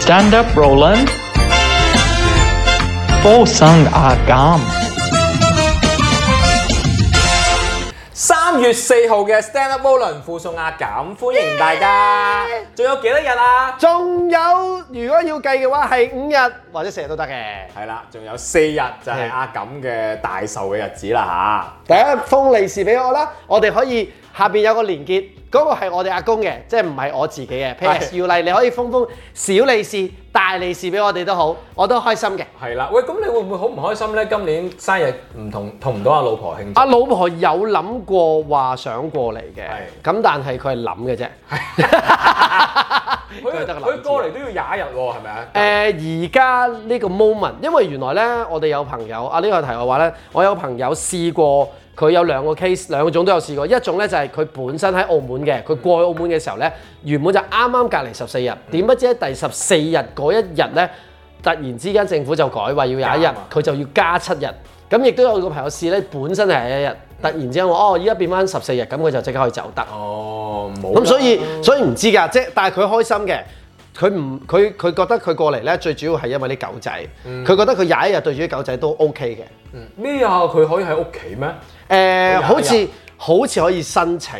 Stand up, Roland。附送阿減，三月四號嘅 Stand Up Roland 附送壓減，歡迎大家。仲有幾多日啊？仲有，如果要計嘅話係五日或者四日都得嘅。係啦，仲有四日就係壓減嘅大壽嘅日子啦大家封利是俾我啦，我哋可以下邊有個連結，嗰、個係我哋阿公嘅，即係唔係我自己嘅。PSU 例，你可以封封小利是、大利是俾我哋都好，我都開心嘅。吓。係啦，喂，咁你會唔會好唔開心咧？今年生日唔同同唔到阿老婆慶祝阿。老婆有諗過話想過嚟嘅，係咁但係佢係諗嘅啫。佢佢係得個諗字佢過嚟都要廿一日喎，係咪啊？呃誒而家呢個 moment，因為原來咧，我哋有朋友啊，呢、個題外話咧，我有朋友試過佢有兩個 case，兩種都有試過。一種咧就係、佢本身喺澳門嘅，佢過去澳門嘅時候咧，原本就啱啱隔離十四日，點不知喺第十四日嗰一日咧，突然之間政府就改話要廿一加日啊嘛，佢就要加七日。咁亦都有個朋友試咧，本身係廿一日，突然之間話哦，依家變翻十四日，咁佢就即刻可以走得。哦，冇啦。咁所以所以唔知㗎，即係但係佢開心嘅。佢唔佢佢覺得佢過嚟咧，最主要係因為啲狗仔，佢、嗯覺得佢廿一日對住啲狗仔都 OK 嘅。誒、咩啊？佢可以喺屋企咩？佢好廿一似好似可以申請，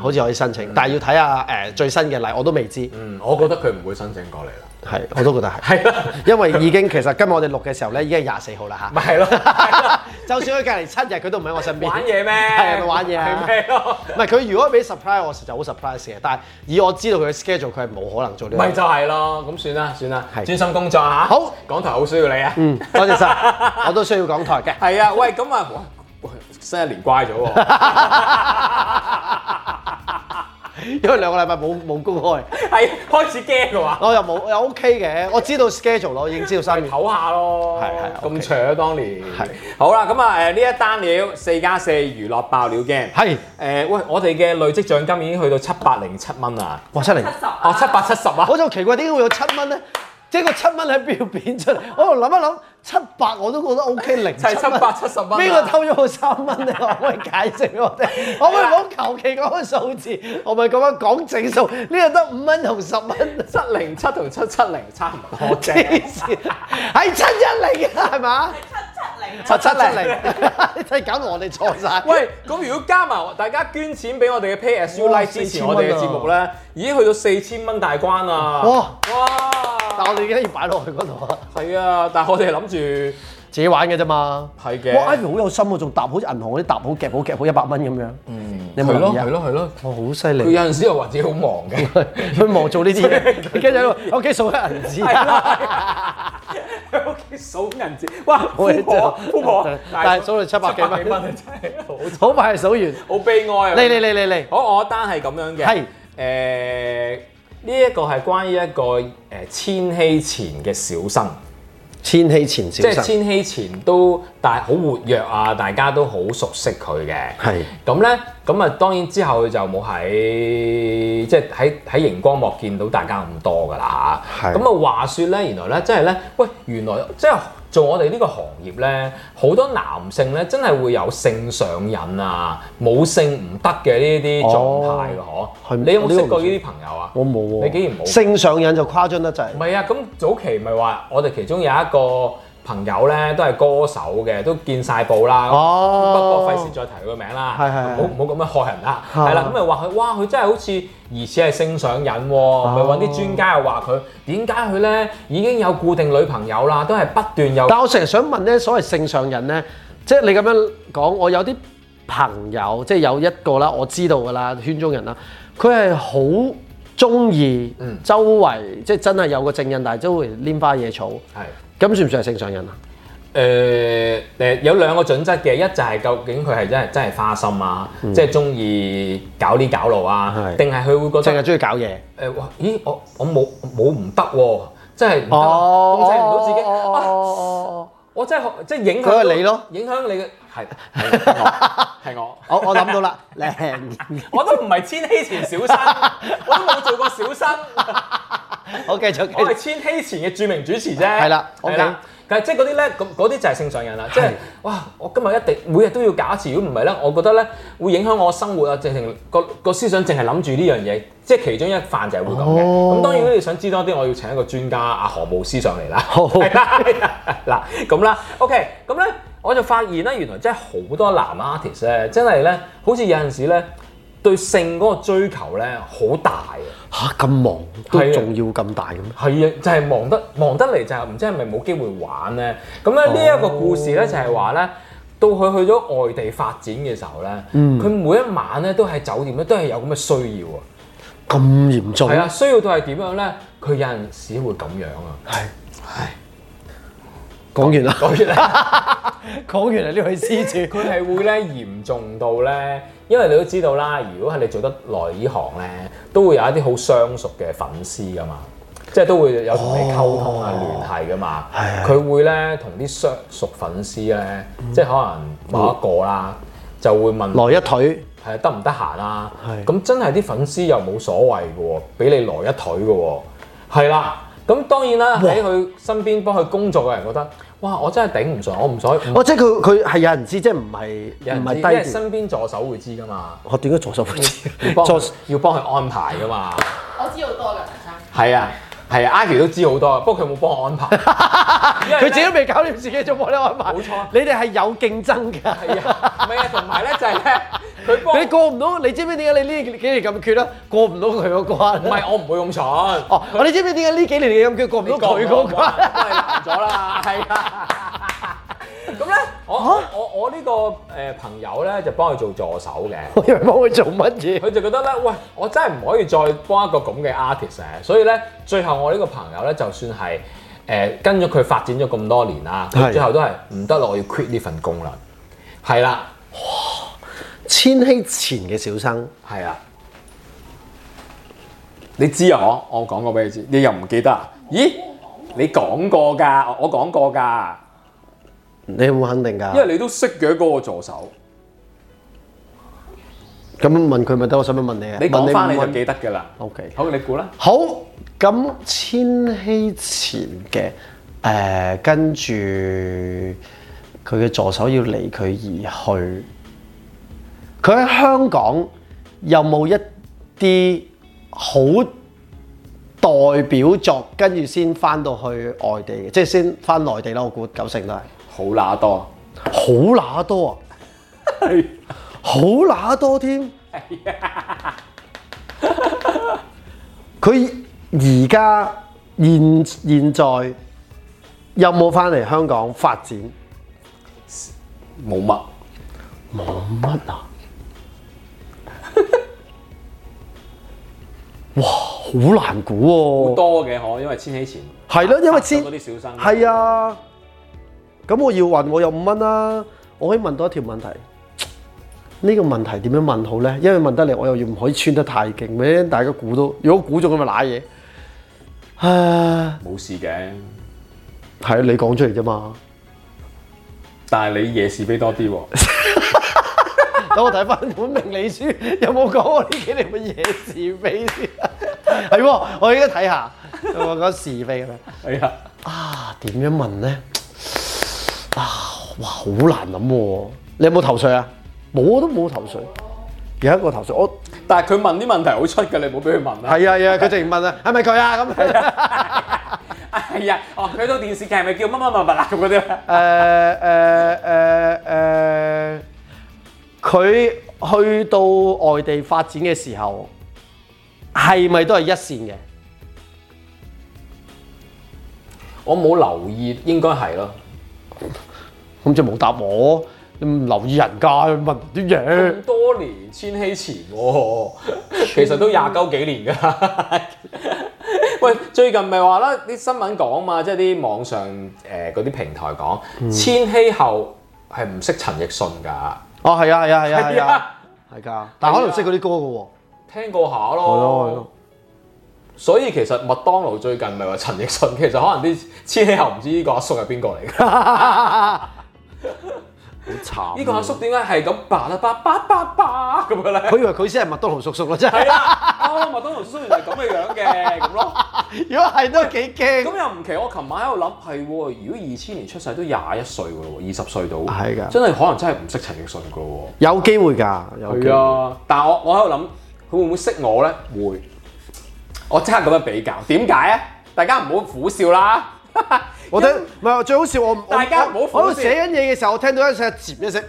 好似可以申請，但係要睇下誒、最新嘅例，我都未知。嗯，我覺得佢唔會申請過嚟啦。係，我都覺得係，係啦，因為已經其實今日我哋錄嘅時候咧，已經係廿四號啦咪係 咯係咯嚇。就算佢隔離七日，佢都唔喺我身邊。玩嘢咩？係咪玩嘢啊係咪咯？唔係佢如果俾 surprise 我就好 surprise 嘅，但係以我知道佢嘅 schedule，佢係冇可能做呢樣咪嘢。就係咯，咁算啦算啦，係專心工作嚇。好，港台好需要你啊。嗯，多謝晒，我都需要講台嘅。係啊，喂，咁啊，哇喂新一年乖咗喎。 因為兩個禮拜冇冇公開，係開始驚嘅話，我又冇又 OK 嘅，我知道 schedule 咯，已經知道三月。唞下咯，係係咁 OK 扯當年係。好啦，咁啊誒呢一單料四加四娛樂爆料 game。係誒喂，我哋嘅累積獎金已經去到七百零七蚊啦，哇七零，哦七百七十啊，我就奇怪點解會有七蚊咧？即係個七蚊喺邊度變出嚟？我喺度諗一諗，七百我都覺得 OK，零就係七蚊。 770蚊啊邊個偷 咗我三蚊咧？可唔可以解釋俾我 聽？可唔可以唔好求其講個數字？我咪咁樣講整數，呢度得五蚊同十蚊。七零七同七七零差唔多啫， 黐線，係七一零啊，係嘛？七七零， 真係搞到我哋錯晒。 喂，咁如果加埋我大家捐錢俾我哋嘅 PSU 哇 like 支持我哋嘅節目咧，已經去到四千蚊大關啦！啊哇但哇，我哋而家要擺落去嗰度 啊，係啊，但係我哋諗住自己玩嘅啫嘛。係嘅，哇！Ivy 好有心喎，仲搭好似銀行嗰啲搭好夾好夾好一百蚊咁樣。嗯，你有冇係咯留意啊係？咯係咯，哇，好犀佢利！有陣時又話自己好忙嘅。 佢忙做呢啲嘢，跟住喺度屋企數緊銀係紙，啦，喺屋企數銀紙，哇！ 我富婆，啊富婆，但係數到七百幾七蚊百幾啊真係好慘好快就 數完。嚟好悲哀啊！嚟嚟嚟嚟，好，我單係咁樣嘅，係誒呢一個係關於一個誒千禧前嘅小生，千禧前即小係生，千禧前都大好活躍啊，大家都好熟悉佢嘅，係咁咧，咁啊當然之後就冇喺即係喺喺熒光幕見到大家咁多㗎啦嚇。係咁啊話說咧，原來咧，即係咧，喂，原來即係做我哋呢個行業咧，好多男性咧真係會有性上癮啊，冇性唔得嘅呢啲狀態㗎嗬。哦係你有冇呢個識唔過呢知啲朋友啊？我冇喎。你竟然冇性上癮就誇張得滯唔。係啊，咁早期咪話我哋其中有一個朋友咧，都係歌手嘅，都見晒報啦。哦不過費事再提佢個名啦，係係係唔好唔好咁樣害人啦。係係啦，咁咪話佢，哇！佢真係好似疑似係性上癮喎，咪揾啲專家又話佢點解佢咧已經有固定女朋友啦，都係不斷有。但我成日想問咧，所謂性上癮咧，即係你咁樣講，我有啲朋友即係有一個啦，我知道噶啦，圈中人啦，佢係好中意嗯周圍即係真係有個正印，但係周圍拈花惹草，係咁算唔算係性上癮啊？誒誒有兩個準則嘅，一就係究竟佢係真係真係花心啊，即係中意搞呢搞路啊，係定係佢會覺淨得係中意搞嘢，誒哇！咦，呃我我冇冇唔得喎，真係唔得啊，哦控制唔到自己哦哦啊！哦我真係即係影響佢係到你咯影響你嘅係係我係我，哦哦我我諗到啦，靚 我都唔係千禧前小生，我都冇做過小生，我繼續繼我係續，千禧前嘅著名主持啫。係啦，OK 係啦。但係即係嗰啲咧，咁嗰啲就係性上癮啦。即係哇，我今日一定每日都要搞一次，如果唔係咧，我覺得咧會影響我生活啊，直情個個思想淨係諗住呢樣嘢，即係其中一範就係會咁嘅。咁、哦當然如果你想知多啲，我要請一個專家阿何慕思上嚟啦。 好係啦係啦嗱咁啦，OK，咁咧我就發現咧，原來真係好多男 artist 咧，真係咧，好似有陣時咧對性嗰個追求咧好大啊嘅。嚇咁忙係都啊仲要咁大嘅咩？係啊，就係、忙得忙得嚟就係唔知係咪冇機會玩咧。咁咧呢一個故事咧就係話咧，到佢去咗外地發展嘅時候咧，佢、每一晚咧都喺酒店咧都係有咁嘅需要啊。咁嚴重？係啊，，需要到係點樣咧？佢有陣時會咁樣啊。係講完啦，講完啦。講完啦呢位施主。佢係會咧嚴重到咧，因為你都知道啦，如果係你做得耐呢行咧，都會有一啲好相熟嘅粉絲噶嘛，即係都會有同你溝通啊、聯繫噶嘛。係係嗯佢會咧同啲相熟粉絲咧，即係可能某一個啦，就會問來一腿，係得唔得閒啊係？咁真係啲粉絲又冇所謂嘅喎，俾你來一腿嘅喎，係啦。咁當然啦，哇喺佢身邊幫佢工作嘅人覺得，哇！我真係頂唔順，我唔想唔哦，即係佢佢係有人知，即係唔係嗯有人唔知，係因為低調。身邊助手會知噶嘛，我點解左手會知？要幫左佢要幫佢安排噶嘛。我知好多㗎，陳生。係啊，係啊，Ivy 都知好多，不過佢冇幫我安排。 佢自己都未搞掂自己，仲冇得安排。冇錯你哋係有競爭㗎。係啊，唔係啊，同埋咧就係咧，佢幫你過唔到，你知唔知點解你呢幾年咁缺啦？啊過唔到佢嗰關。啊唔係我唔會咁蠢。哦，我你知唔知點解呢幾年你咁缺過唔到佢嗰都關？係難咗啦，係啊。咁咧，我我我我呢個誒朋友咧就幫佢做助手嘅。我以為幫佢做乜嘢？佢就覺得咧，喂，我真係唔可以再幫一個咁嘅 artist 啊所以咧，最後我呢個朋友咧，就算係誒、呃跟咗佢發展咗咁多年啦，係佢最後都係唔得啦，我要 quit 呢份工啦，係啦，千禧前嘅小生，係啦，你知啊，我我講過俾你知，你又唔記得啊？咦，你講過㗎，我講過㗎，你有冇肯定㗎？為你都識嘅嗰個助手，咁問佢咪得，我想唔想問你啊？問返唔問得㗎啦。 O K。好，你估啦。好，咁千禧前嘅誒、呃跟住佢嘅助手要離佢而去，佢喺香港有冇一啲好代表作，跟住先翻到去外地嘅，即係先翻內地啦。我估九成都係好乸多。好乸多啊，好乸多添。佢而家現現在有冇翻嚟香港發展？冇乜。乜啊？哇，好難好估喎、多嘅可，因為千禧前係咯，因為先嗰啲小生係啊。咁我要問，我有五蚊啦。我可以問多一條問題。呢、個問題點樣問好咧？因為問得嚟，我又要唔可以穿得太勁，咩？大家估到，如果估中咁咪賴嘢。啊！冇事嘅，係啊，你講出嚟啫嘛。但係你夜是非多啲 喎。等我睇翻本命理書， 有冇講我呢幾年嘅嘢是非先？ 係喎，我而家睇下有冇講是非咁樣係啊，啊？點樣問咧？啊，哇，好難諗喎！你有冇頭緒啊？冇，我都冇頭緒。有一個頭緒，我但係佢問啲問題好出㗎，你冇俾佢問啦。係啊係啊，佢直問啊，係咪佢啊咁？係啊，哦，佢套電視劇係咪叫乜乜乜乜啊咁嗰啲咧？誒誒誒誒，佢去到外地發展嘅時候，係咪都係一線嘅？我冇留意，應該係咯。咁就冇答我，你唔留意人家問啲嘢 咁。多年千禧前喎，其實都廿鳩幾年㗎。喂，最近咪話啦，啲新聞講嘛，即係啲網上誒嗰啲平台講，千禧後係唔識陳奕迅㗎。哦，係啊，係啊，係啊，係係啊啊，係㗎。但可能識嗰啲歌嘅喎。聽過下哦係咯係咯咯。所以其實麥當勞最近咪話陳奕迅，其實可能啲千禧後唔知呢個阿叔係邊個嚟 嘅。好慘。呢個阿叔點解係咁叭啦叭叭叭叭咁樣咧？ 佢以為佢先係麥當勞叔叔啦，真係。係啦，啊，麥當勞叔叔原來係咁嘅樣嘅咁咯。如果係都幾驚。咁又唔奇，我琴晚喺度諗係喎，如果二千年出世都廿一歲㗎咯喎，二十歲到，係㗎真係可能真係唔識陳奕迅㗎咯有機會㗎，有喎。機會係。啊，但係我我喺度諗，佢會唔會識我咧？會，我即刻咁樣比較，點解啊？大家唔好苦笑啦。我聽唔係最好笑，我唔大家唔好我苦我喺度笑寫緊嘢嘅時候，我聽到一聲接一聲，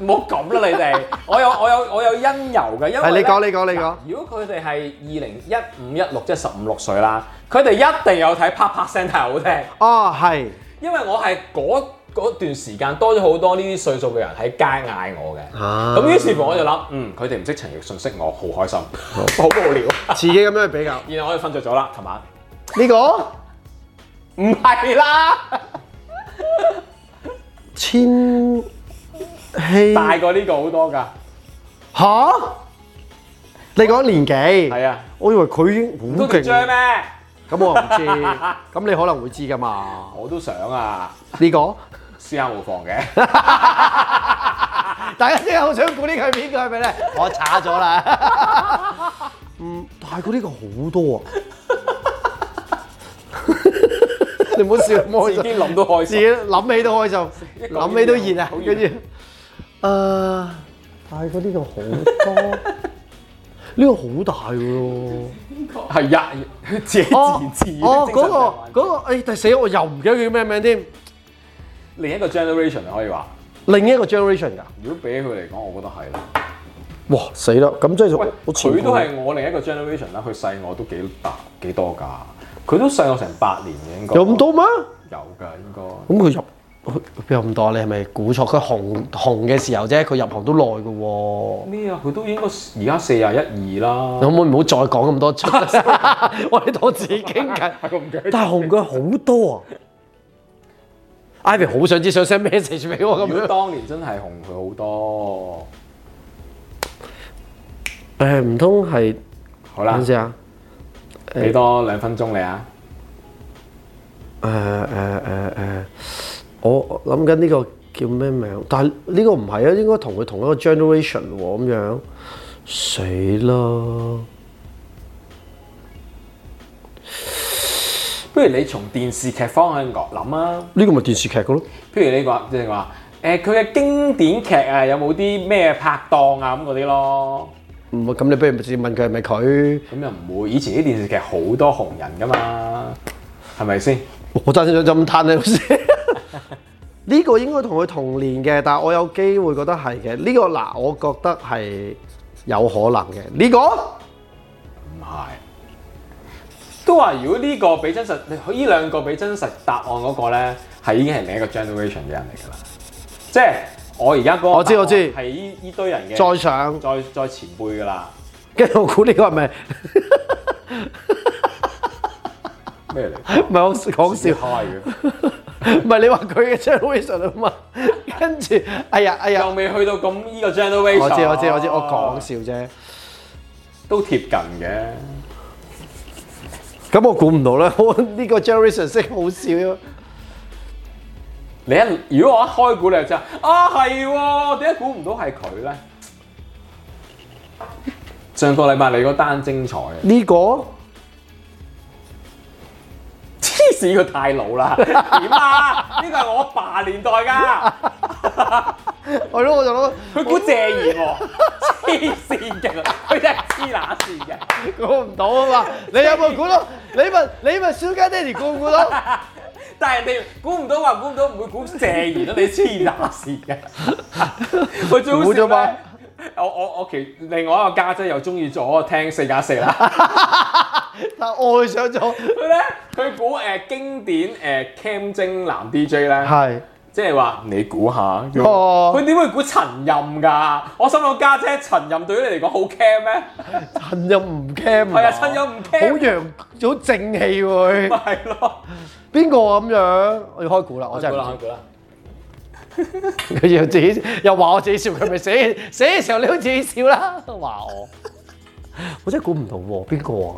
唔好咁啦，你哋，我有 我有我有因由嘅，因為係你咧講你講你講。如果佢哋係二零一五一六，即係十五六歲啦，佢哋一定有睇啪啪聲太好聽，哦，係因為我係嗰嗰段時間多咗好多呢啲歲數嘅人喺街嗌我嘅，啊咁、於是乎我就諗，嗯，佢哋唔識陳奕迅，識我好開心，哦 好無聊。自己咁樣去比較。然後我哋瞓着咗啦，琴晚呢個唔係啦，嗯千禧大過呢個好多㗎，吓？你講年紀？係啊，我以為佢已經好都唔張勁。咩？啊咁我唔知，咁你可能會知㗎嘛？我都想啊，呢個試下無 妨嘅。大家真係好想估呢個係邊個係咪咧？我查咗啦。 嗯，大過呢個好多啊！ 你唔好笑，唔好開自己心。諗都開自心己。諗起都開心，一講諗起都熱啊好！熱跟住，誒，大過呢個好多，呢個好大㗎咯。 係啊，佢自己哦自自精哦，神嗰個病患嗰個，哎，但係死我又唔記得佢叫咩名添。另一個 generation 你可以話，另一個 generation 㗎，如果俾佢嚟講，我覺得係啦。哇死啦！咁即係喂，我前輩佢都係我另一個 generation 啦，佢細我都幾大幾多㗎，佢都細我成八年嘅應該。有咁多咩？有㗎應該。咁佢入佢邊有咁多？你係咪估錯？佢紅紅嘅時候啫，佢入行都耐嘅喎。咩啊？佢都應該而家四廿一二啦你。可唔可以唔好再講咁多 出？我哋當自己傾偈。我唔記得但係紅嘅好多啊！Ivy 好想知想 send message 俾我咁如果樣。當年真係紅佢好多。誒唔通係好啦等陣，先啊？俾多兩分鐘你啊。誒誒誒誒，我我諗緊呢個叫咩名？但係呢個唔係啊，應該同佢同一個 generation 喎咁樣。死啦！不如你從電視劇方向諗啊。呢個咪電視劇嘅咯。譬如你話即係話誒佢嘅經典劇啊，有冇啲咩拍檔啊咁嗰啲咯？唔係咁，你不如直接問佢係咪佢？咁又唔會，以前啲電視劇好多紅人噶嘛，係咪先？我真係想咁攤你老師。呢個應該同佢同年嘅，但係我有機會覺得係嘅。呢、個嗱，我覺得係有可能嘅。呢、個唔係，都話如果呢個比真實，呢兩個比真實答案嗰個咧，係已經係另一個 generation 嘅人嚟㗎啦。即係我而家嗰個我知答案我知係依依堆人嘅再上，再再前輩㗎啦。跟住我估呢個係咪？咩嚟？唔係我講 笑自己，開嘅，唔係你話佢嘅 generation 啊嘛。跟住，哎呀哎呀又，未去到咁呢個 generation。我知我知我知，我講笑啫。都貼近嘅。咁我估唔到啦， 我呢個 generation 識好少。你一如果我一開估你就知啊啊係喎，點解估唔到係佢咧？上個禮拜你嗰單精彩啊！呢、個。黐線佢太老 啦，點啊？呢個係我阿爸年代㗎，係咯，我就諗，佢估謝賢喎，黐線嘅，佢真係黐乸線嘅。估唔到啊嘛！你有冇估到？你問你問小家爹哋估唔估到？但係人哋估唔到話估唔到，唔會估謝賢啦，你黐乸線嘅。 佢最好估笑咗嘛咩？我我我其另外一個家姐又中意咗聽四加四啦。但愛上咗，佢咧，佢估誒經典誒、Cam 精男 DJ 咧，係即係話你估下，哦佢點會估陳任㗎？我心諗家姐陳任對於你嚟講好 Cam 咩？趁又唔 cam 係啊，陳任唔好 Cam，陽好正氣喎咪佢，係咯。邊個咁樣？我要開估啦，我真係唔估啦，知佢又自己又話我自己笑，佢咪寫寫嘅時候你都自己笑啦，話我，我真係估唔到喎，邊個啊？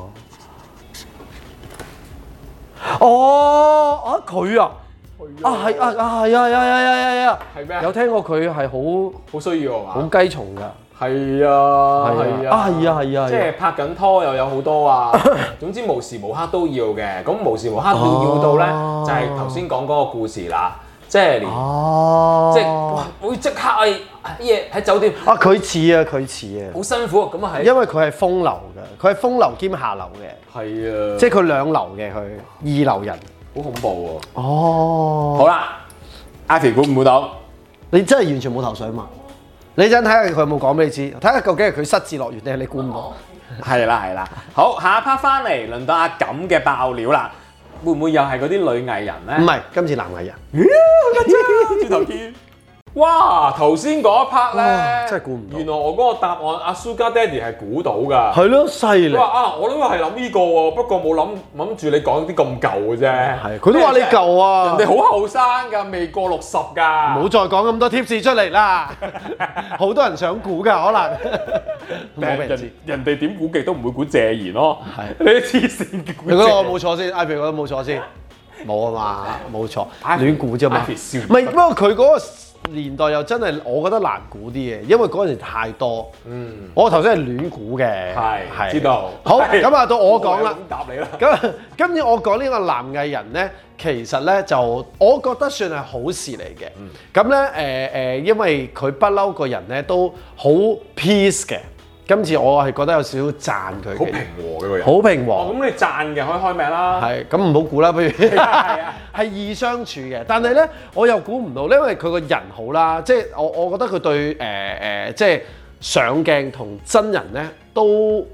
哦，啊佢啊，啊係啊啊係啊係啊係啊係啊，係咩有聽過佢係好。好需要啊好嘛。雞蟲㗎，係啊，係啊，啊係啊係啊，即係啊係拍緊拖又有好多 啊，總之無時無刻都要嘅。咁無時無刻都要到咧，哦就係頭先講嗰個故事啦。即係連哦，即係哇，會即刻係夜喺酒店啊佢似啊佢似啊，好辛苦，咁啊係因為佢係風流嘅，佢係風流兼下流嘅，係啊，即係即係佢兩流嘅佢二流人。好恐怖喎。哦，好啦，Ivy 估唔估到？你真係完全冇頭水嘛？你真睇下佢有冇講俾你知，睇下究竟係佢失智樂園定係你估唔哦到？係啦係啦，好下一 part 翻嚟，輪到阿錦嘅爆料啦，會唔會又係嗰啲女藝人咧？唔係，今次男藝人，轉頭見。哇！頭先嗰一 part 哇咧，真係估唔到原來我嗰個答案阿 Sugar Daddy 係估到㗎。係咯，犀利佢話。啊，我都係諗呢個喎，不過冇諗諗住你講啲咁舊嘅啫。係佢都話你舊啊人哋啊好後生㗎，未過六十㗎。唔好再講咁多 tips 出嚟啦， 好多人想估㗎，可能冇俾人知人。人哋點估計都唔會估謝賢咯。係 你啲黐線嘅估你謝覺賢。得我冇錯先？Ivy 覺得冇錯先，冇啊嘛，冇錯， Ivy- 亂估啫嘛。唔 Ivy 笑唔係，得不過佢嗰個年代又真係，我覺得難估啲嘅，因為嗰陣時太多。嗯，我頭先係亂估嘅，係知道。好，係咁啊到我講啦。咁答你啦。咁今次我講呢個男藝人咧，其實咧就我覺得算係好事嚟嘅。嗯咁咧誒誒，因為佢不嬲個人咧都好 peace 嘅。今次我係覺得有少少讚佢好嘅平，和嘅個人。好平哦，和。咁你賺嘅可以開名啦。 係咁唔好估啦，不如 啊係啊 係易相處嘅。但係咧，我又估唔到，因為佢個人好啦，即係我我覺得佢對誒誒、即係上鏡同真人咧都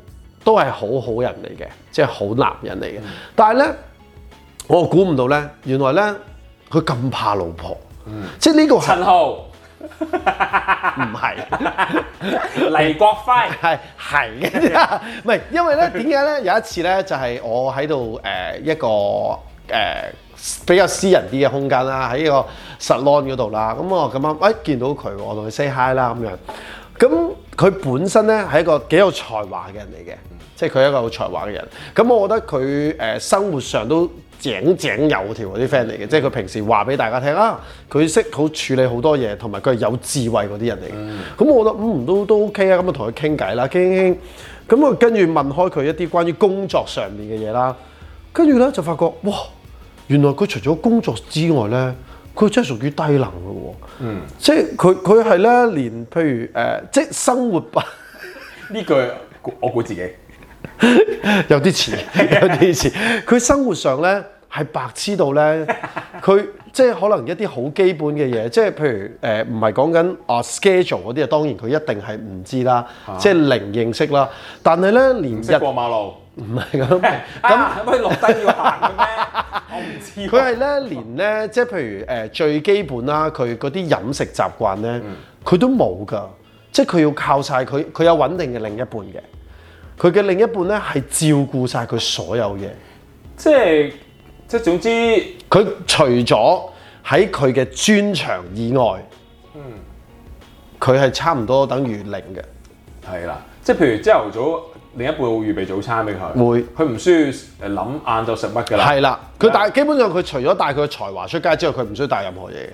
都係好好人嚟嘅，即係好男人嚟嘅。嗯但係咧。我估唔到咧，原來咧佢咁怕老婆，嗯即係呢 個係陳豪、唔係黎國輝，係係嘅，唔係因為咧點解咧有一次咧就係、我喺度誒一個誒、呃比較私人啲嘅空間啦，喺一個 salon 嗰度啦，咁我咁啱誒見到佢喎，我同佢 say hi 啦咁樣，咁佢本身咧係一個幾有才華嘅人嚟嘅，即係佢係一個有才華嘅人，咁我覺得佢誒、呃生活上都。井井有條嗰啲 friend 嚟嘅，即係佢平時話俾大家聽啊，佢識好處理好多嘢，同埋佢係有智慧嗰啲人嚟嘅。咁、我覺得嗯都都 OK 啊，咁啊同佢傾偈啦，傾傾傾，咁啊跟住問開佢一啲關於工作上面嘅嘢啦，跟住咧就發覺哇，原來佢除咗工作之外咧，佢真係屬於低能嘅喎。嗯，即係佢佢係咧，連譬如誒、呃即係生活吧。呢句我估自己。 有 啲似，有啲似。佢生活上咧係白痴到咧，佢即係可能一啲好基本嘅嘢，即係譬如誒唔係講緊啊 schedule 嗰啲啊，當然佢一定係唔知啦，即係零認識啦。但係咧，連識日過馬路。唔係 咁，咁咁喂落低要行嘅咩？ 我唔知喎。佢係咧連咧，即係譬如誒最基本啦，佢嗰啲飲食習慣咧，嗯佢都冇㗎，即係佢要靠晒佢，佢有穩定嘅另一半嘅。佢嘅另一半咧係照顧晒佢所有嘢。即係即係總之佢除咗喺佢嘅專長以外，佢係差唔多等於零嘅。係啦，即係譬如朝頭早另一半會預備早餐俾佢，會佢唔需要誒諗晏晝食乜㗎啦。係啦，佢帶基本上佢除咗帶佢嘅才華出街之外，佢唔需要帶任何嘢嘅。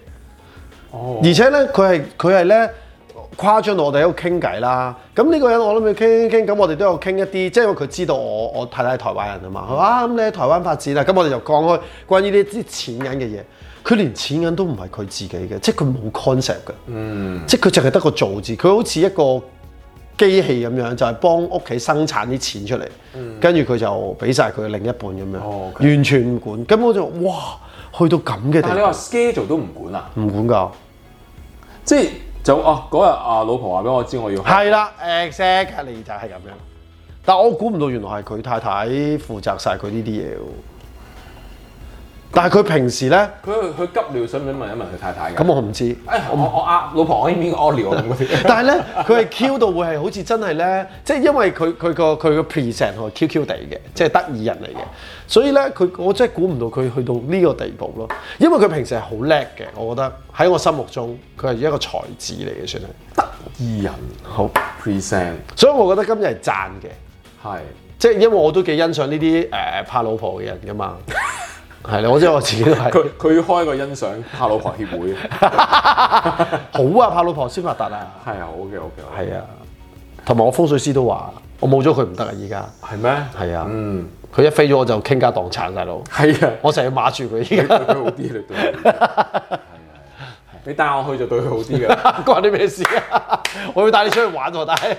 哦而且咧，佢係佢係咧誇張到我哋喺度傾偈啦。咁呢個人我諗佢傾傾傾，咁我哋都有傾一啲，即係因為佢知道我我太太係台灣人啊嘛。佢話啊咁你喺台灣發展啊，咁我哋就講開關於呢啲錢銀嘅嘢。佢連錢銀都唔係佢自己嘅，即係佢冇 concept 嘅。嗯，即係佢淨係得個造字，佢好似一個機器咁樣，就係、幫屋企生產啲錢出嚟，跟住佢就俾晒佢另一半咁樣，嗯哦，OK 完全唔管。根本就哇，去到咁嘅地但係你話步， schedule 都唔管啊？唔管㗎。即係就哦嗰日啊老婆話俾我知我要去係啦，exactly 就係咁樣。但我估唔到原來係佢太太負責晒佢呢啲嘢喎。但係佢平時咧，佢佢急尿，想唔想問一問佢太太㗎？咁我唔知。誒我我啊老婆，我應唔應該屙尿啊咁嗰啲？但係咧，佢係 Q 到會係好似真係咧，即係因為佢佢個佢個 present 係 Q Q 地嘅，即係得意人嚟嘅，所以咧佢我真係估唔到佢去到呢個地步咯。因為佢平時係好叻嘅，我覺得喺我心目中佢係一個才子嚟嘅算係。二人好， present 所以我覺得今日係讚嘅。係即係因為我都幾欣賞呢啲誒怕老婆嘅人噶嘛，係啦，我知我自己都係佢佢要開個欣賞怕老婆 協會，係好啊，怕老婆先發達啊，啊，好嘅，好嘅，好嘅係啊，同埋我風水師都話，我冇咗佢唔得啊！依家係咩？係啊，嗯，佢一飛咗我就傾家蕩產，大佬，係啊，我成日要碼住佢依家，對佢好啲你對佢好啲，係啊係啊你帶我去就對佢好啲㗎 啦。關你咩事啊？ 我要帶你出去玩喎，但係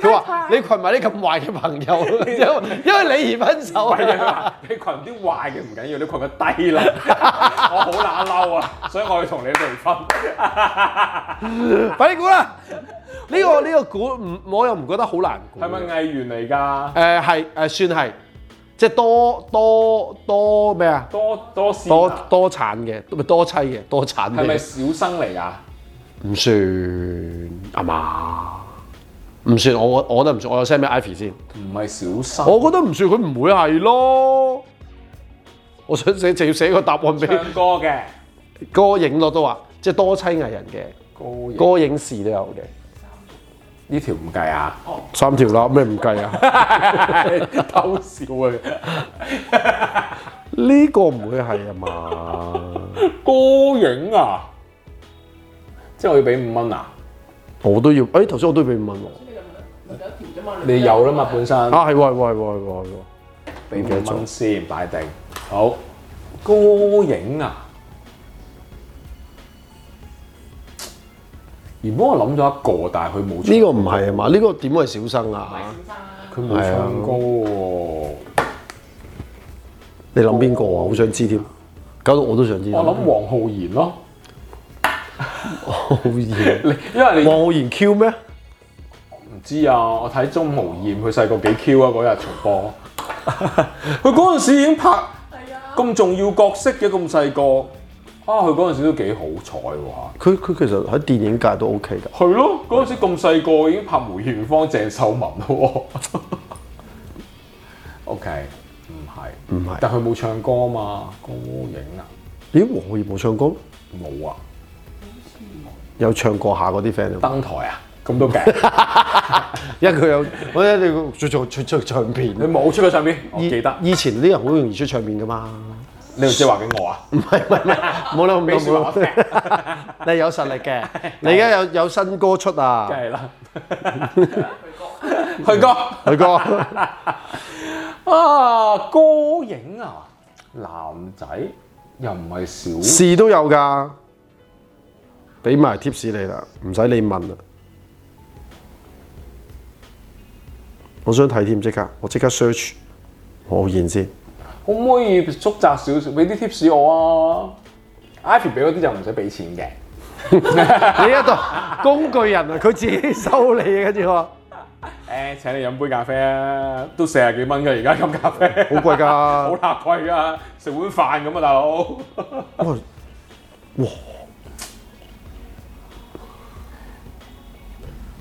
佢話你群埋啲咁壞嘅 朋友，因為因為你而分手唔係啊。啊，你群啲壞嘅唔緊要，你群個低啦，我好乸嬲啊，所以我要同你離婚。 快啲估啦！呢個呢個估唔，我又唔覺得好難估。係咪藝員嚟㗎？誒係誒算係，即係多多多咩啊？多多事多啊多產嘅，咪多妻嘅，多產係咪嘅，小生嚟㗎？唔算啊嘛？唔算，我我覺得唔算。我有 send 俾 Ivy 先，唔係小生，我覺得唔算，佢唔會係咯。我想寫就要寫個答案俾唱歌嘅歌影樂都話，即係多妻藝人嘅，高嘢歌影視都有嘅，呢條唔計啊，三條啦，咩唔計啊？ 偷笑啊！呢個唔會係啊嘛？歌影啊，即係我要俾五蚊啊！我都要，誒頭先我都俾問我。你有啦嘛，本身啊，係喎，係喎，係喎，係喎，係喎。俾五蚊先擺定。好，歌影啊！原本我諗咗一個，但係佢冇唱呢個唔係啊嘛？呢個點會係小生啊？佢冇唱歌喎。你諗邊個啊？好想知添，搞到我都想知。我諗黃浩然咯，浩然，你因為你黃浩然 Q 咩？唔知啊，我睇鍾無艷佢細個幾 Q 啊，嗰日重播。 佢嗰陣時已經拍咁重要角色嘅，咁細個啊，佢嗰陣時都幾好彩喎嚇。佢佢其實喺電影界都 OK 㗎。係咯，嗰陣時咁細個已經拍梅艷芳、鄭秀文咯 喎。OK，唔係，唔係但佢冇唱歌啊嘛，歌影啊，咦？黃浩然冇唱歌咩，冇啊，有唱過下嗰啲 friend 啊。登台啊，咁都 計，因為佢有，我咧你做做出出唱片。你冇出過唱片，我記得。以前啲人好容易出唱片㗎嘛。你度即係話緊我啊？ 唔係唔係唔係，冇啦冇 俾説話我啦冇聽啦。，你有實力 嘅，你而家有有新歌出啊梗，係 啦。去歌。佢哥。À, 啊，歌影啊，男仔又唔係小，事都有㗎，俾埋 tips 你啦，唔使你問啦。啊我想睇添，即刻，我即刻 search 浩 然先。可唔可以縮窄少少，俾啲 tips 我啊？Ivy 俾嗰啲就唔使俾錢嘅，你一度工具人啊，佢自己收你嘅啫喎，好誒、請你飲杯咖啡啊，都四十幾蚊㗎，而家飲咖啡，貴好㗎。乸貴㗎，食碗飯咁啊，大佬。哇哇，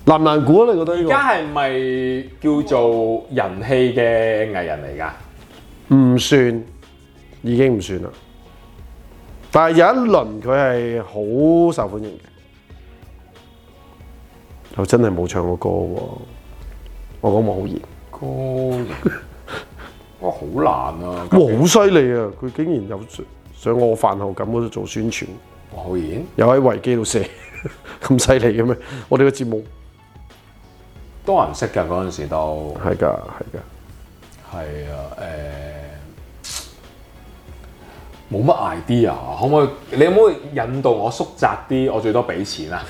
難唔難估啊？你覺得呢、而個？家係咪叫做人氣嘅藝人嚟㗎？唔算，已經唔算啦。但係有一輪佢係好受歡迎嘅，又真係冇唱過歌喎。我講黃浩然，歌影，哇，好難啊！哇，好犀利啊！佢竟然有上上我飯後咁嗰度做宣傳，浩然，又喺維基度寫， 咁犀利嘅咩？我哋個節目多人識㗎嗰陣時都。係㗎，係㗎。係啊，誒、冇乜 idea，可唔可以？你可唔可以引導我縮窄啲？我最多俾錢啊！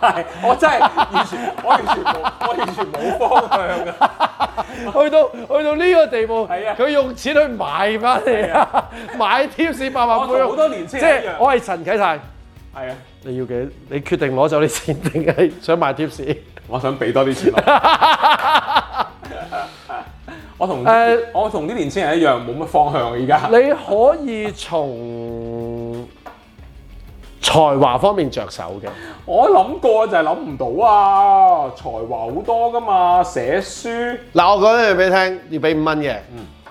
係 我真係完全，我完全冇，我完全冇方向啊！去到去到呢個地步，係啊佢用錢去買翻嚟啊，買 tips 百萬我同好多年青人一樣係陳啟泰。係啊，你要幾？你決定攞走啲錢定係想買貼士？我想俾多啲錢落去。 我同誒我同啲年青人一樣，冇乜方向啊！依家你可以從才華方面着手嘅，我諗過就係諗唔到啊！才華好多噶嘛，寫書。嗱，我講一樣俾你聽，要俾五蚊嘅。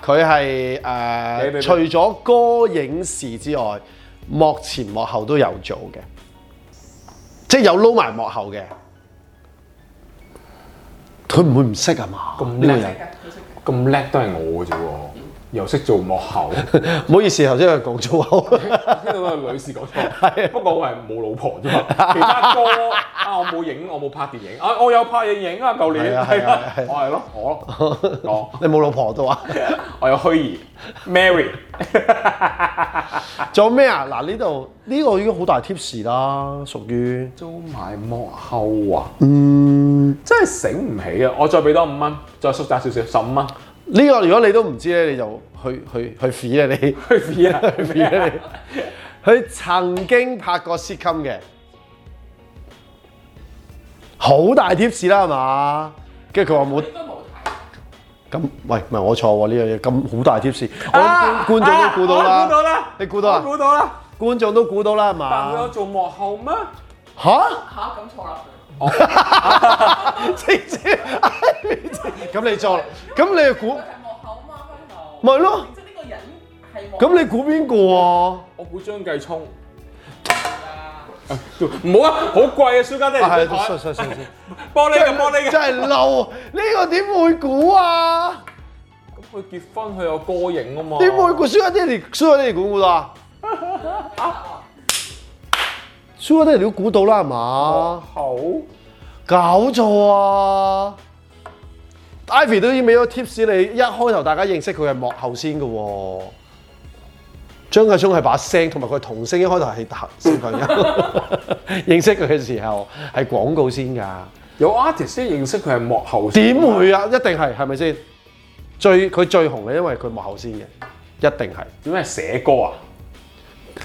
佢係俾俾誒，除咗歌影視之外，幕前幕後都有做嘅，即係有撈埋幕後嘅。佢唔會唔識啊嘛？咁呢個叻人咁叻都係我嘅啫喎，又識做幕後，唔好意思，頭先有人講粗口。 聽到個女士講錯，不過我係冇老婆啫嘛，其他歌啊我冇影，我冇拍電影，啊我有拍嘢影啊，舊年係啊係啊係啊我係咯，我咯， 我你冇老婆啊都話我有虛擬 Mary，做咩啊？嗱呢度呢個已經好大 tips 啦，屬於做埋幕後啊，嗯真係醒唔起啊！我再俾多五蚊，再縮窄少少，十五蚊。 呢、個如果你都唔知咧，你就去去去 f 啊你。 去 B 啊，去 B 啊！佢曾經拍過 sitcom 嘅，好大 tips 啦係嘛？跟住佢話冇應該冇睇。咁，喂唔係我錯喎呢樣嘢，咁好大 tips，我啊諗觀眾都估到啊我估到啦，啦，你估到啊我估到啦！觀眾都估到啦係但我有嘛？做幕後咩？吓？ 嚇咁錯啦！直 接咁你錯啦，咁你估佢係幕後啊嘛，開頭。咪咯？即係呢個人係幕後咁你估邊個啊？我估張繼聰。㗎。唔好啊，好貴啊！蘇家爹啊係哋， ，sorry sorry sorry，玻璃嘅玻璃嘅。真係嬲！啊呢個點會估啊？咁佢結婚佢有歌影啊嘛。點會估？蘇家爹哋，蘇家爹哋估唔估到啊？蘇家爹哋都估到啦係嘛？好，搞錯啊！Ivy 都已經俾咗 tips 你，一開頭大家認識佢係幕後先嘅喎。張繼聰係把聲同埋佢童聲，一開頭係小朋友 認識佢嘅時候係廣告先㗎。有 artist 先認識佢係幕後。點會？啊？一定係係咪先？最佢最紅咧，因為佢幕後先嘅，一定係。點解係寫歌啊？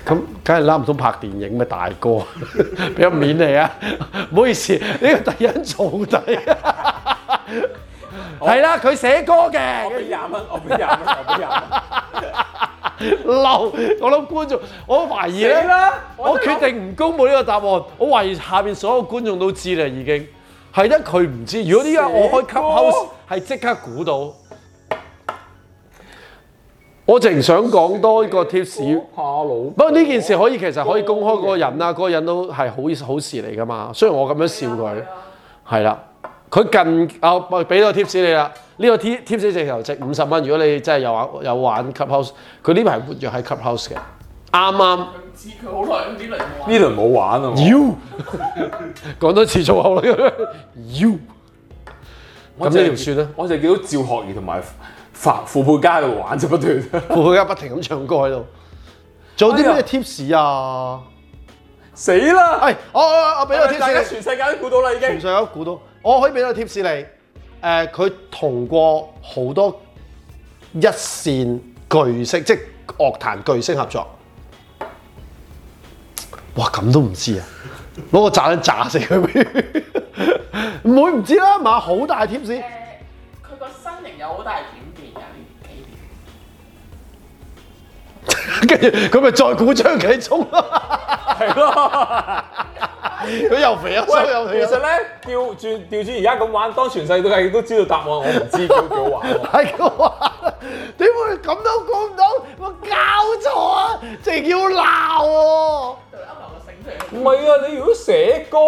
咁梗係啦，唔通拍電影咩大哥？ 俾個面你啊！ 唔好意思，呢個第一做 底。係啦，佢寫歌嘅我，俾廿蚊，我俾廿蚊，我俾廿 蚊。嬲！我諗觀眾，我懷疑咧死啦，我決定唔公佈呢個答案。我懷疑下面所有觀眾都知啦，已經係得佢唔知。如果呢家我開寫歌 Clubhouse，係即刻估到。我淨想講多一個 tips。怕老。不過呢件事可以其實可以公開嗰個人啦，嗰、個人都係好好事嚟噶嘛。雖然我咁樣笑佢，係啦，佢近啊，我俾咗個 tips 你啦。呢、個 t tips 直頭值五十蚊。如果你真係有玩有玩 Clubhouse，佢呢排活躍喺 Clubhouse 嘅，啱啱佢唔知佢好耐呢輪冇玩呢。輪冇玩啊！ you 哦講多次粗口啦，you 我咁就呢係條算啦。啊我就係見到趙學而同埋范傅佩嘉喺度玩就 不斷。佢而家不停咁唱歌喺度，做啲哎呀咩 tips 啊？死啦！哎，我我我俾個 tips 大家你。全世界都估到啦已經唔。上有估到，我可以俾到個 tips 你。誒、佢同過好多一線巨星，即係樂壇巨星合作。哇，咁都唔知啊！攞個炸彈炸死佢，唔會唔知啦，嘛好大 tips。誒，佢個身形有好大轉變㗎呢幾年。跟住佢咪再估張繼聰咯，係咯，佢又肥又啊喂瘦又，肥其又實瘦。咧調轉調轉而家咁玩，當全世界都知道答案，我唔知幾好幾好玩喎。係嘅話，點會咁都估唔到？我搞錯啊！直要鬧喎、對歐牛個性出唔嚟。係啊，你如果寫歌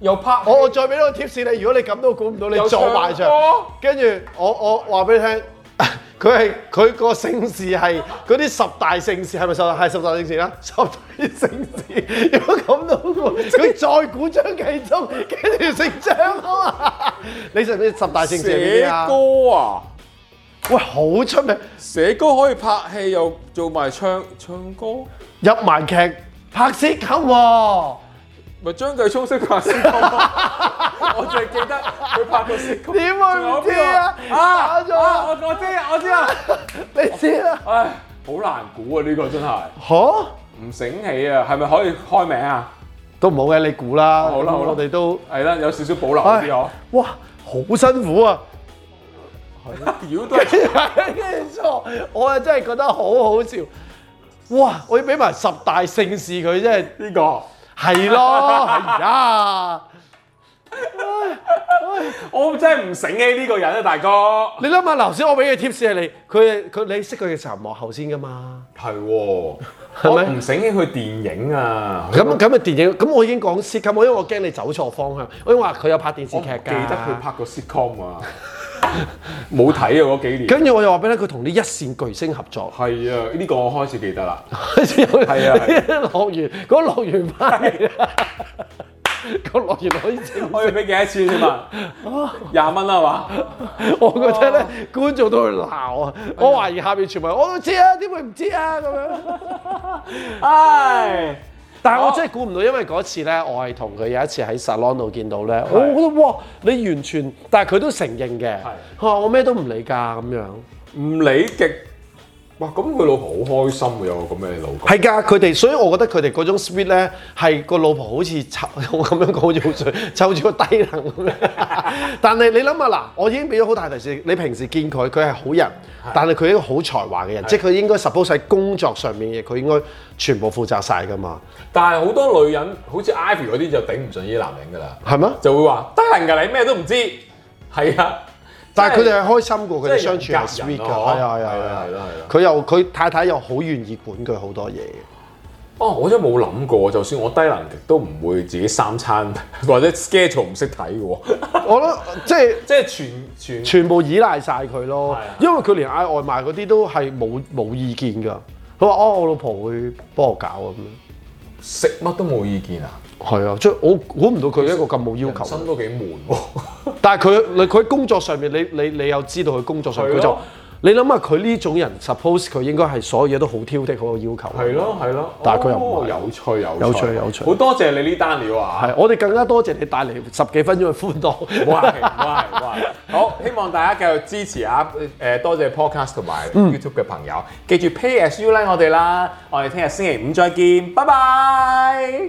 又拍我我再俾多個 tips 你，如果你咁都估唔到，你又撞埋唱場歌，跟住我我話俾你聽， 佢係佢個姓氏係嗰啲十大姓氏係咪十大係十大姓氏啦？ 十大姓氏，如果咁都 估，佢再估張繼聰，跟住姓張啊嘛！ 你識唔識十大姓氏係邊寫啲啊？歌啊，喂，好出名，寫歌可以拍戲又做埋唱唱歌，入埋劇拍攝級喎。 咪張繼聰識拍先歌 啊。我最記得佢拍過先歌。點會唔仲有知啊邊個啊打咗啊！我我知啊我知啊，你知啦，唉，好難估啊！呢個真係嚇、唔醒起啊，係咪可以開名啊？都唔好嘅，你估啦。好啦好啦我哋都。係啦，有少少保留啊 唉啲我。哇，好辛苦啊！如果都係 跟住錯，哎我啊真係覺得好好笑。哇！我要俾埋十大姓氏佢，真係呢 個，係咯，係啊呀！我真係唔醒起呢個人啊，大哥。你諗下，頭先我俾嘅 tips 係你，佢佢你識佢嘅時候幕後先噶嘛？係喎，係我咪唔醒起佢電影啊。咁咁嘅電影，咁我已經講 sitcom，我因為我驚你走錯方向，我已經話佢有拍電視我唔劇㗎。記得佢拍過 sitcom 啊，冇睇啊嗰幾年。跟住我又話俾你聽，佢同啲一線巨星合作，係啊，呢個我開始記得啦。係係啊係 樂園嗰個樂園翻嚟啦， 個樂園可以整。我要俾幾多錢先嘛？廿蚊啦嘛？我覺得咧，觀眾都會鬧啊！我懷疑下面全部人我都知啊，點會唔知啊咁樣。唉，但係我好真係估唔到，因為嗰次咧，我係同佢有一次喺 salon 度見到咧，我係覺得哇，你完全，但係佢都承認嘅，佢話我咩都唔理㗎咁樣。唔理極。哇！咁佢老婆好開心喎，有個咁嘅老公。係㗎，佢哋，所以我覺得佢哋嗰種 sweet 咧，係個老婆好似抽， 我咁樣講好似好衰，抽住個低能咁樣。 但係你諗下嗱，我已經俾咗好大提示，你平時見佢，佢係好人，但係佢係一個好才華嘅人，即係佢應該 suppose 喺工作上面嘅嘢，佢應該全部負責晒㗎嘛，但係好多女人，好似 Ivy 嗰啲就頂唔順呢啲男人㗎啦，係咩？就會話低能㗎，你咩都唔知。係啊，但係佢真哋係開心過，佢哋即係相處係人 sweet 格人㗎，咯係啊係啊係啊係係啦啊係啦，佢又佢太太又好願意管佢好多嘢嘅。哦，我真係冇諗過，就算我低能極都唔會自己三餐 或者 schedule 唔識睇嘅喎，我覺得即係。 即係全全全部依賴晒佢咯係啊，因為佢連嗌外賣嗰啲都係冇冇意見㗎。佢話：哦，我老婆會幫我搞啊食乜都冇意見啊，咁樣。係啊，即係我估唔到佢一個咁冇要人求嘅。生都幾悶喎。但係佢你佢喺工作上面，你你你又知道佢工作上面係佢就咯你諗下佢呢種人，suppose 佢應該係所有嘢都好挑剔，好有要求。 係咯係咯，但係佢又唔係哦有趣有有趣有趣好多謝你呢單料啊！係，我哋更加多謝你帶嚟十幾分鐘嘅歡樂。唔好客氣，唔好客氣唔好客 氣好，希望大家繼續支持啊！誒，多謝 Podcast 同埋嗯 YouTube 嘅朋友，記住 Pay as you like 我哋啦！我哋聽日星期五再見，拜拜。Ah